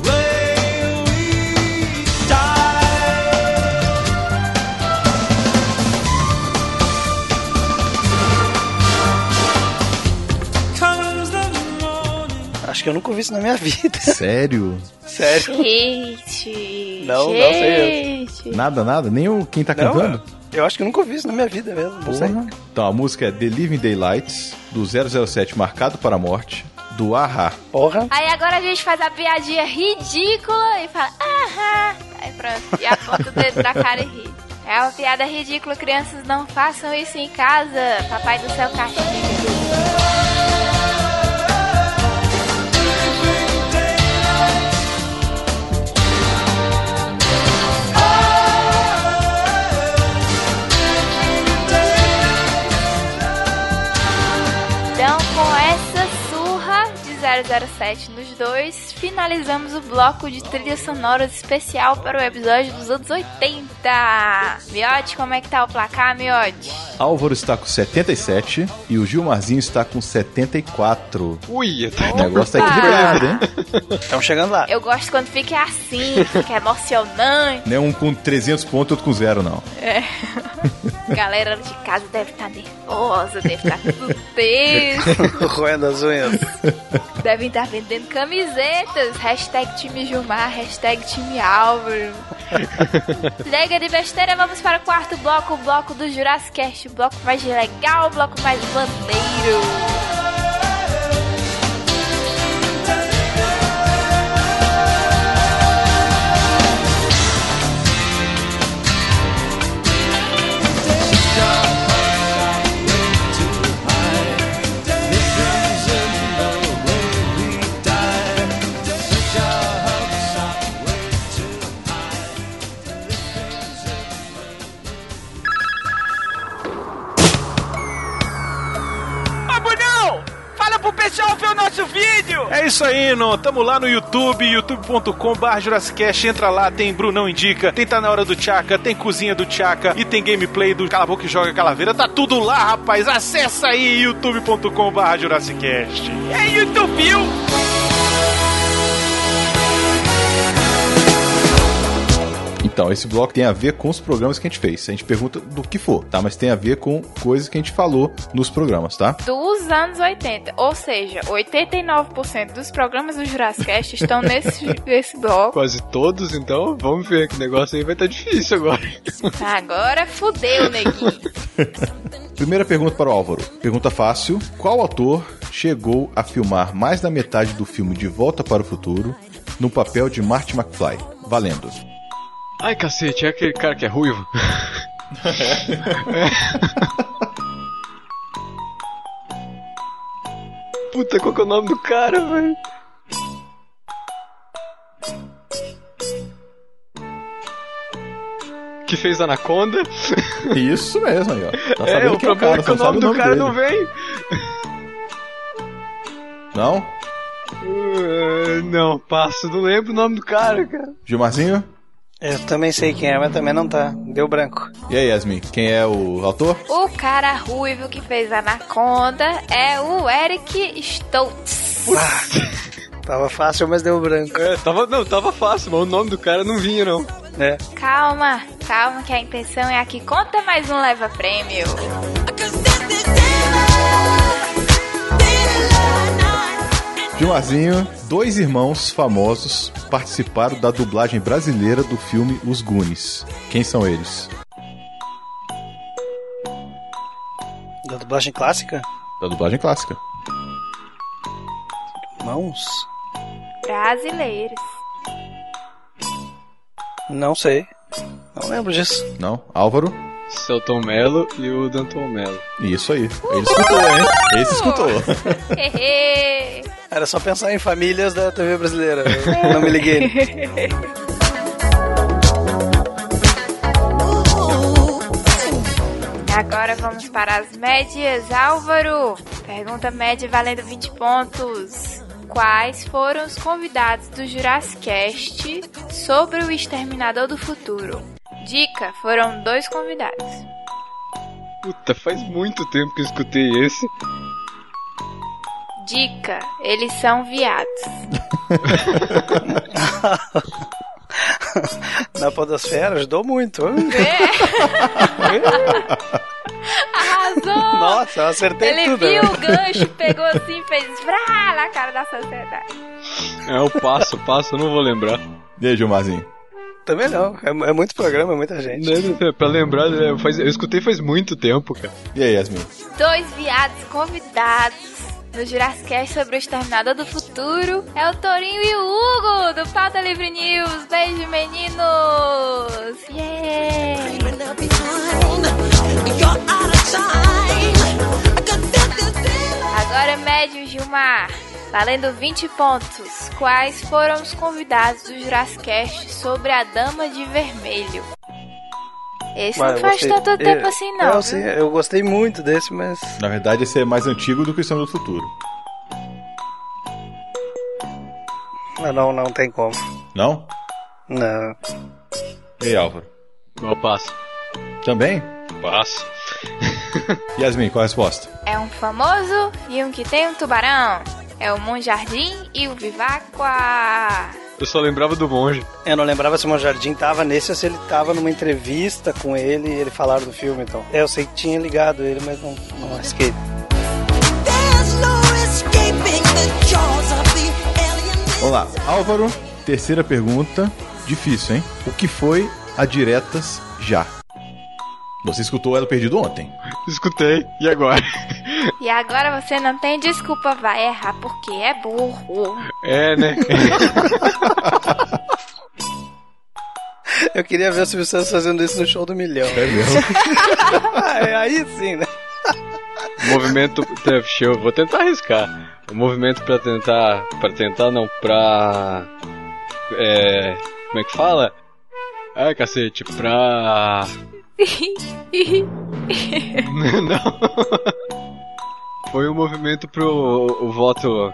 S8: way we die. Comes the morning.
S5: Acho que eu nunca ouvi isso na minha <laughs> vida.
S4: Sério?
S5: Sério.
S3: <laughs> Gente.
S5: Não, não sei
S3: gente.
S4: Nada, nada? Nem o quem tá cantando?
S5: Eu acho que eu nunca ouvi isso na minha vida mesmo. Não sei.
S4: Porra. Então, a música é The Living Daylights, do 007 Marcado para a Morte, do Aha.
S5: Porra.
S3: Aí agora a gente faz a piadinha ridícula e fala, aham. Aí pronto, e aponta o dedo da cara e ri. É uma piada ridícula, crianças, não façam isso em casa. Papai do céu castiga. Então, com essa surra de 007 nos dois, finalizamos o bloco de trilhas sonoras especial para o episódio dos anos 80. Miote, como é que tá o placar, Miote?
S4: Álvaro está com 77 e o Gilmarzinho está com 74.
S6: Ui, tá
S4: O negócio tá equilibrado, hein?
S5: Estamos chegando lá.
S3: Eu gosto quando fica assim, fica emocionante.
S4: Não é um com 300 pontos, outro com zero, não.
S3: A galera de casa deve estar nervosa, deve estar tudo tenso,
S5: <laughs> Roendo as unhas.
S3: devem estar vendendo camisetas. Hashtag time Gilmar, hashtag time Álvaro. Lega de besteira, vamos para o quarto bloco, o bloco do Jurassic Cast, o bloco mais legal, o bloco mais bandeiro.
S10: deixar ver o nosso vídeo!
S7: É isso aí, não. Tamo lá no YouTube, youtube.com.br Jurassicast. Entra lá, tem Brunão Indica, tem Tá na Hora do Tchaca, tem Cozinha do Tchaca e tem gameplay do Cala a Boca e Joga Calaveira. Tá tudo lá, rapaz. Acessa aí, youtube.com.br Jurassicast.
S10: É YouTube!
S4: Então, esse bloco tem a ver com os programas que a gente fez. A gente pergunta do que for, tá? Mas tem a ver com coisas que a gente falou nos programas, tá?
S3: Dos anos 80. Ou seja, 89% dos programas do Jurassicast estão nesse, nesse bloco.
S6: Quase todos, então vamos ver que o negócio aí vai estar difícil agora.
S3: Agora fudeu, neguinho.
S4: Primeira pergunta para o Álvaro. Pergunta fácil. Qual autor chegou a filmar mais da metade do filme De Volta para o Futuro no papel de Marty McFly? Valendo.
S6: Ai, cacete, é aquele cara que é ruivo. <laughs> Puta, qual que é o nome do cara, velho? Que fez Anaconda?
S4: Isso mesmo aí, ó. Tá
S6: é,
S4: sabendo
S6: o
S4: quem
S6: problema é
S4: cara,
S6: que o
S4: só
S6: nome
S4: não
S6: do
S4: sabe
S6: cara
S4: dele.
S6: não vem.
S4: Não?
S6: Uh, não, passo, não lembro o nome do cara, cara.
S4: Gilmarzinho?
S5: Eu também sei quem é, mas também não tá. Deu branco.
S4: E aí, Yasmin? Quem é o autor?
S3: O cara ruivo que fez Anaconda é o Eric Stoltz.
S5: Tava fácil, mas deu branco.
S6: É, tava, não, tava fácil, mas o nome do cara não vinha, não.
S5: É.
S3: Calma, calma, que a intenção é a que conta mais um leva prêmio.
S4: Gilmarzinho, dois irmãos famosos participaram da dublagem brasileira do filme Os Goonies. Quem são eles?
S5: Da dublagem clássica?
S4: Da dublagem clássica.
S5: Mãos?
S3: Brasileiros.
S5: Não sei. Não lembro disso.
S4: Não? Álvaro?
S6: Celton Mello e o Danton Mello.
S4: Isso aí. Ele escutou, hein? Esse <laughs> escutou.
S3: Hehe. <laughs>
S5: Era só pensar em famílias da TV brasileira. Eu não me liguei.
S3: Agora vamos para as médias, Álvaro. Pergunta média valendo 20 pontos. Quais foram os convidados do Jurassicast sobre o Exterminador do Futuro? Dica, foram dois convidados.
S6: Puta, faz muito tempo que eu escutei esse.
S3: Dica, eles são viados.
S5: Na podosfera ajudou muito. <laughs>
S3: Arrasou!
S5: Nossa, eu acertei
S3: Ele
S5: tudo.
S3: viu
S5: né?
S3: o gancho, pegou assim, fez vrá na cara da sociedade.
S6: É, o passo, passo, eu não vou lembrar.
S4: E aí, Gilmarzinho?
S5: <laughs> Também não. É, é muito programa, é muita gente.
S6: Né, Pra lembrar, é, faz- eu escutei faz muito tempo, cara.
S4: E aí, Yasmin?
S3: Dois viados convidados no Jurassicast sobre o Exterminador do Futuro. É o Torinho e o Hugo do Pauta Livre News. Beijo, meninos! Yeah! Agora médio, Gilmar. Valendo 20 pontos. Quais foram os convidados do Jurassicast sobre a Dama de Vermelho? Esse
S5: Mas
S3: não
S5: eu
S3: faz
S5: gostei.
S3: tanto
S5: Eu-
S3: tempo assim, não.
S5: Eu,
S3: viu?
S5: sim, eu gostei muito desse, mas.
S4: Na verdade, esse é mais antigo do que o Exterminador do Futuro.
S5: mas Não, não tem como.
S4: Não?
S5: Não.
S4: E aí, Álvaro?
S6: Qual É passo?
S4: Também?
S6: <laughs> Passo.
S4: Yasmin, qual a resposta?
S3: É um famoso e um que tem um tubarão. É o Monjardim e o Viváqua.
S6: Eu só lembrava do monge.
S5: Eu não lembrava se o Monjardim tava nesse ou se ele tava numa entrevista com ele e ele falaram do filme, então. É, eu sei que tinha ligado ele, mas não, não arrisquei.
S4: Vamos lá. Álvaro, terceira pergunta. Difícil, hein? O que foi a Diretas Já? Você escutou ela perdido ontem.
S6: Escutei, e agora?
S3: E agora você não tem desculpa, vai errar porque é burro.
S6: É, né?
S5: Eu queria ver o Silvio Santos fazendo isso no show do milhão.
S4: É mesmo?
S5: Ah, é <laughs> aí sim, né?
S6: movimento. Deixa eu vou tentar arriscar. O movimento pra tentar. Pra tentar, não, pra. É. Como é que fala? Ai, cacete, pra. <laughs> não. Foi um movimento pro o voto.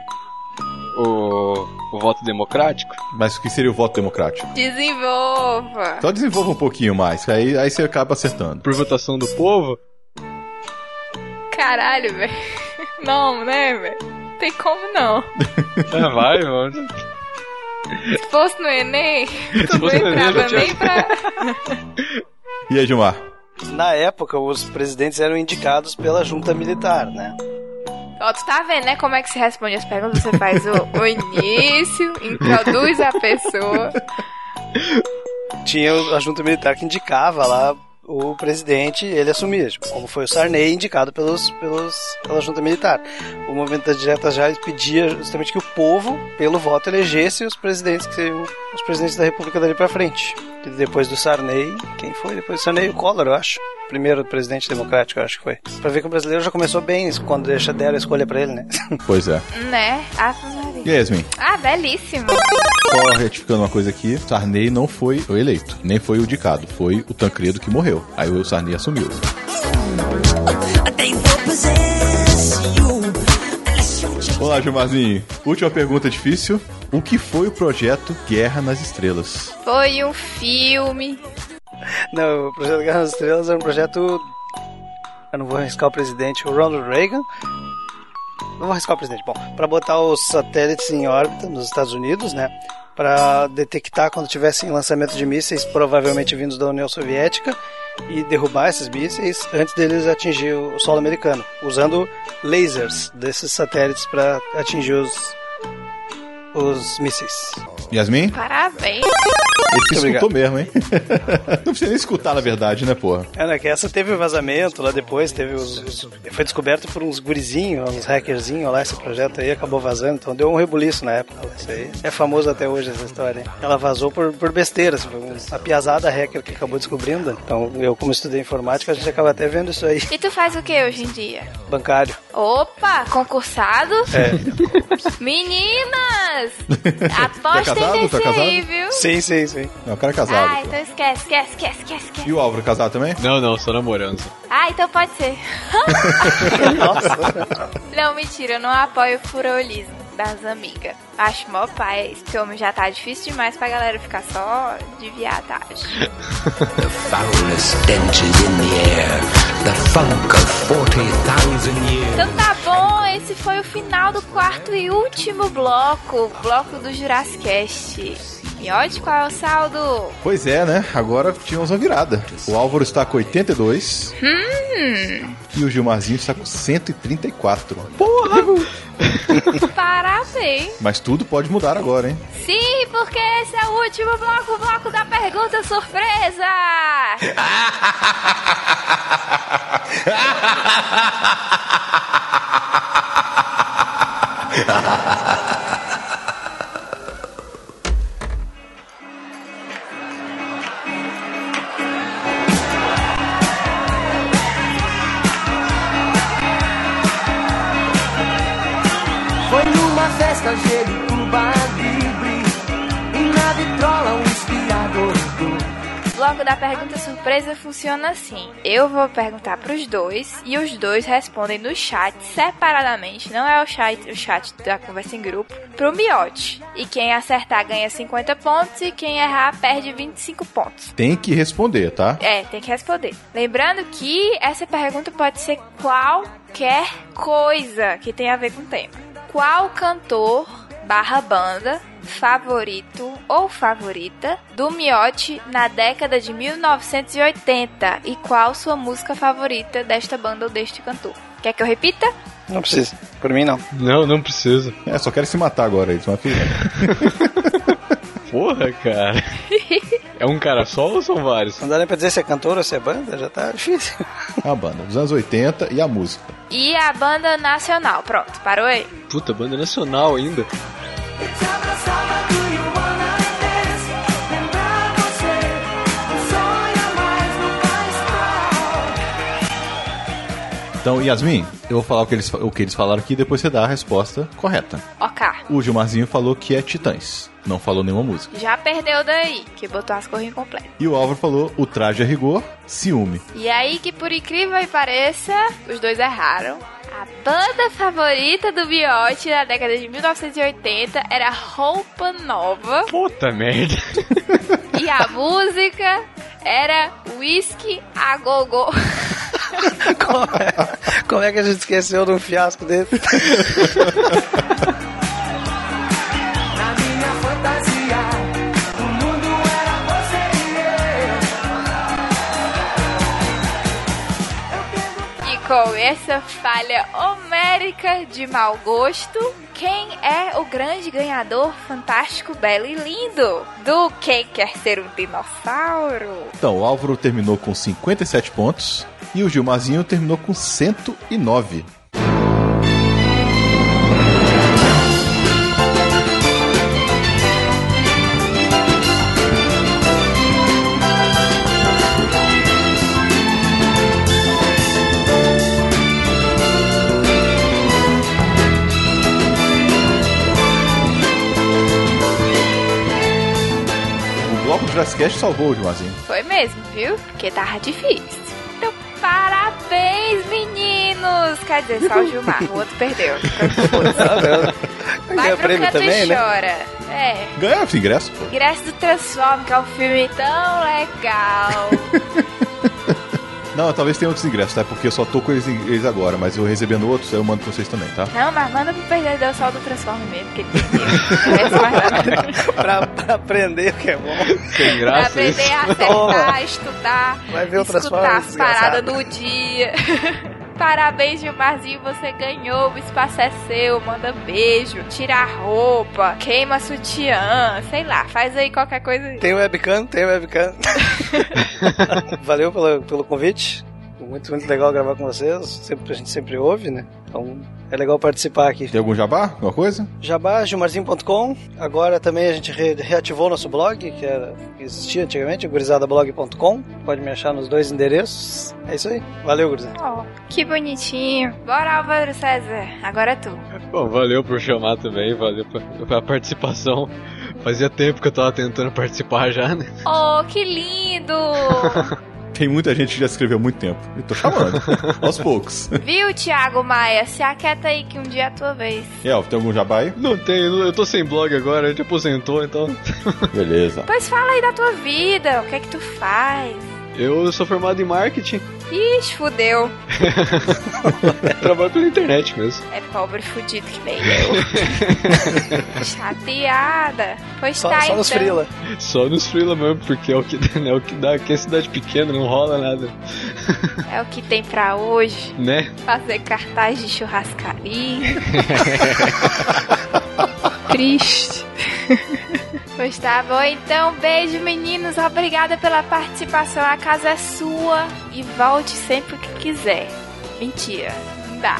S6: O, o voto democrático.
S4: Mas o que seria o voto democrático?
S3: Desenvolva.
S4: Só desenvolva um pouquinho mais, que aí, aí você acaba acertando.
S6: Por votação do povo.
S3: Caralho, velho. Não, né, velho? Tem como não.
S6: Ah, vai, mano.
S3: Se fosse no Enem, tu não
S6: fosse no Enem,
S3: entrava
S6: já tinha-
S3: nem pra.
S4: E aí, Gilmar?
S5: Na época, os presidentes eram indicados pela junta militar, né?
S3: Ó, tu tá vendo, né, como é que se responde as perguntas? Você faz o, o início, introduz a pessoa.
S5: Tinha o- a junta militar que indicava lá o presidente, ele assumia, tipo, como foi o Sarney indicado pelos, pelos, pela junta militar. O movimento das diretas já pedia justamente que o povo, pelo voto, elegesse os presidentes que seriam os presidentes da república dali pra frente. E depois do Sarney, quem foi? Depois do Sarney, o Collor, eu acho. Primeiro presidente democrático, eu acho que foi. Pra ver que o brasileiro já começou bem quando deixa deram a escolha pra ele, né? <laughs>
S4: Pois é.
S3: Né? Ave Maria.
S4: E aí, Yasmin?
S3: Ah, belíssimo.
S4: Só retificando uma coisa aqui, Sarney não foi o eleito, nem foi o indicado, foi o Tancredo que morreu. Aí o Sarney assumiu.
S9: They will possess you unless you just
S4: Olá, Gilmarzinho. Última pergunta difícil. O que foi o projeto Guerra nas Estrelas?
S3: Foi um filme.
S5: Não, o projeto Guerra nas Estrelas era um projeto. Eu não vou arriscar o presidente, o Ronald Reagan. Não vou arriscar o presidente. Bom, para botar os satélites em órbita nos Estados Unidos, né? Para detectar quando tivessem lançamento de mísseis, provavelmente vindos da União Soviética, e derrubar esses mísseis antes deles atingir o solo americano, usando lasers desses satélites para atingir os, os mísseis.
S4: Yasmin?
S3: Parabéns.
S4: Esse
S5: obrigado.
S4: escutou mesmo, hein? <laughs> não precisa nem escutar, na verdade, né, porra?
S5: É, né, que essa teve vazamento lá depois, teve os, os- foi descoberto por uns gurizinhos, uns hackerzinhos lá, esse projeto aí acabou vazando, então deu um rebuliço na época. lá, Isso aí é famoso até hoje essa história. hein. Ela vazou por, por besteira, assim, foi uma piazada hacker que acabou descobrindo. Então eu, como estudei informática, a gente acaba até vendo isso aí, <laughs>
S3: E tu faz o que hoje em dia?
S5: bancário. É.
S3: Opa, concursado? Meninas!
S4: <laughs> Tá
S3: Apostem
S4: casado?
S3: nesse
S4: Tá casado?
S3: aí, viu?
S5: <laughs> Sim, sim, sim.
S4: Não, o cara é casado.
S3: Ah,
S4: pô.
S3: então esquece, esquece, esquece, esquece, esquece.
S4: E o Álvaro, casado também?
S6: Não, não, só namorando.
S3: Ah, então pode ser.
S5: Nossa.
S3: Não, mentira, eu não apoio o furolismo das amigas. Acho mó pai, esse homem já tá difícil demais pra galera ficar só de viadagem. Então tá bom, esse foi o final do quarto e último bloco, o bloco do Jurassicast. E olha qual é o saldo.
S4: Pois é, né? Agora tínhamos uma virada. O Álvaro está com 82. E o Gilmarzinho está com 134.
S3: Parabéns!
S4: Mas tudo pode mudar agora, hein?
S3: Sim, porque esse é o último bloco, o bloco da pergunta surpresa!
S8: Foi numa festa cheia um bar livre E na vitrola um espiador
S3: O bloco da pergunta surpresa funciona assim: eu vou perguntar pros dois e os dois respondem no chat separadamente, não é o chat, o chat da conversa em grupo, pro miote. E quem acertar ganha 50 pontos e quem errar perde 25 pontos.
S4: Tem que responder, tá?
S3: É, tem que responder. Lembrando que essa pergunta pode ser qualquer coisa que tenha a ver com o tema. Qual cantor barra banda favorito ou favorita do Miotti na década de 1980? E qual sua música favorita desta banda ou deste cantor? Quer que eu repita?
S5: Não precisa, por mim não.
S6: Não, não precisa.
S4: É, só quero se matar agora, eles mas é tudo bem.
S6: Porra, <laughs> cara. É um cara só ou são vários?
S5: Não dá nem pra dizer se é cantora ou se é banda, já tá difícil. <laughs>
S4: A banda, dos anos 80 e a música.
S3: E a banda nacional. Pronto, parou aí.
S6: Puta, banda nacional ainda.
S4: Então, Yasmin, eu vou falar o que eles, o que eles falaram aqui e depois você dá a resposta correta.
S3: Ok.
S4: O Gilmarzinho falou que é Titãs, não falou nenhuma música.
S3: Já perdeu daí, que botou as cores incompletas.
S4: E o Álvaro falou o traje a rigor, ciúme.
S3: E aí que por incrível que pareça, os dois erraram. A banda favorita do Biote na década de 1980 era Roupa Nova
S6: Puta <laughs> merda.
S3: e a música era Whisky a Gogô.
S5: Como é, como é que a gente esqueceu de um fiasco <laughs> desse?
S8: Na minha fantasia, o mundo era você e eu.
S3: E com essa falha homérica de mau gosto, quem é o grande ganhador fantástico, belo e lindo do Quem Quer Ser um Dinossauro?
S4: Então, o Álvaro terminou com 57 pontos e o Gilmarzinho terminou com 109. O bloco Jurassic Cast salvou o Gilmarzinho.
S3: Foi mesmo, viu? Porque tava difícil. Então, parabéns, meninos! Quer dizer, só o Gilmar, o outro
S5: <laughs>
S3: perdeu. Vai pro
S5: Ganhou prêmio
S3: canto
S5: também,
S3: e
S5: né?
S3: chora. É.
S4: Ganhou esse ingresso, pô.
S3: Ingresso do Transform, que é um filme tão legal.
S4: Não, talvez tenha outros ingressos, tá? Porque eu só tô com eles, eles agora, mas eu recebendo outros, aí eu mando pra vocês também, tá?
S3: Não, mas manda pro perdedor só do Transform mesmo, porque ele
S5: <laughs>
S3: perdeu. Merece mais nada.
S5: pra, pra aprender o que é bom.
S6: Sem
S3: Pra
S6: graça isso.
S3: aprender a acertar, estudar,
S5: Vai ver o Transform,
S3: escutar as
S5: desgraçado.
S3: paradas do dia. <laughs> Parabéns, Gilmarzinho, você ganhou, o espaço é seu, manda beijo, tira a roupa, queima sutiã, sei lá, faz aí qualquer coisa. aí.
S5: Tem webcam,
S3: <laughs>
S5: tem webcam. Valeu pelo, pelo convite. Muito, muito legal gravar com vocês. Sempre, a gente sempre ouve, né? Então é legal participar aqui.
S4: Tem algum jabá? Alguma coisa?
S5: Jabá, gilmarzinho.com. Agora também a gente re- reativou nosso blog, que, era, que existia antigamente, gurizadablog.com. Pode me achar nos dois endereços. É isso aí. Valeu, gurizada.
S3: Ó, que bonitinho. Bora, Álvaro César, agora é tu.
S6: Bom, valeu por chamar também, valeu pe- pela participação. Fazia tempo que eu tava tentando participar já, né?
S3: Oh, que lindo!
S4: Tem muita gente que já escreveu há muito tempo. Eu tô chamando. Aos poucos.
S3: <laughs>
S4: <laughs>
S3: Viu, Thiago Maia? Se aquieta aí que um dia é a tua vez.
S4: E Elvio, tem algum jabá aí?
S6: Não tem, eu tô sem blog agora, a gente aposentou, então.
S4: Beleza.
S3: Pois fala aí da tua vida, o que é que tu faz?
S6: Eu sou formado em marketing, <laughs>
S3: Ixi, fudeu.
S6: trabalho pela internet mesmo.
S3: É pobre fudido que nem eu.
S5: <laughs>
S3: Chateada. Pois
S5: Só,
S3: tá
S5: só
S3: então.
S5: nos frila.
S6: Só nos freela mesmo, porque é o que, <laughs> né, é o que dá, aqui é cidade pequena, não rola nada,
S3: É o que tem pra hoje.
S6: né?
S3: Fazer cartaz de
S5: <laughs>
S3: churrascaria. Triste. Pois tá bom, então beijo meninos, obrigada pela participação, a casa é sua e volte sempre que quiser. Mentira, não dá.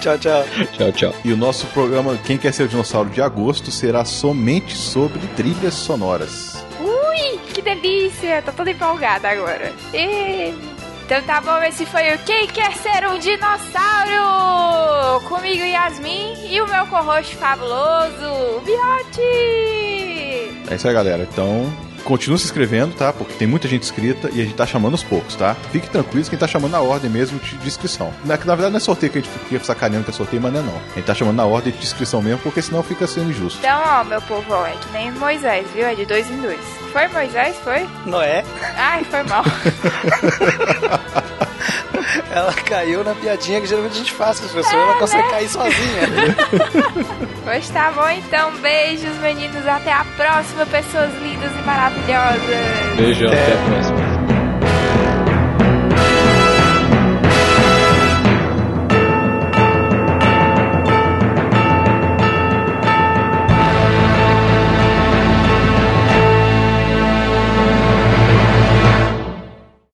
S5: Tchau, tchau.
S6: Tchau, tchau.
S4: E o nosso programa Quem Quer Ser o Dinossauro de agosto será somente sobre trilhas sonoras.
S3: Ui, que delícia! Tô toda empolgada agora. Ê, Então tá bom, esse foi o Quem Quer Ser um Dinossauro? Comigo, Yasmin, e o meu corroxo fabuloso, Biote!
S4: É isso aí, galera. Então, continue se inscrevendo, tá? Porque tem muita gente inscrita e a gente tá chamando aos poucos, tá? Fique tranquilo, quem tá chamando na ordem mesmo de de inscrição. Na, na verdade, não é sorteio que a gente fica sacaneando que é sorteio, mas não é não. A gente tá chamando na ordem de inscrição mesmo, porque senão fica sendo injusto.
S3: Então, ó, meu povo, ó, é que nem Moisés, viu? É de dois em dois. Foi, Moisés? Foi?
S5: Noé,
S3: Ai, foi mal.
S5: ela caiu na piadinha que geralmente a gente faz com as pessoas. Ela consegue cair sozinha.
S3: pois tá bom, então, beijos, meninos. Até a próxima, pessoas lindas e maravilhosas.
S6: Beijo, até a próxima.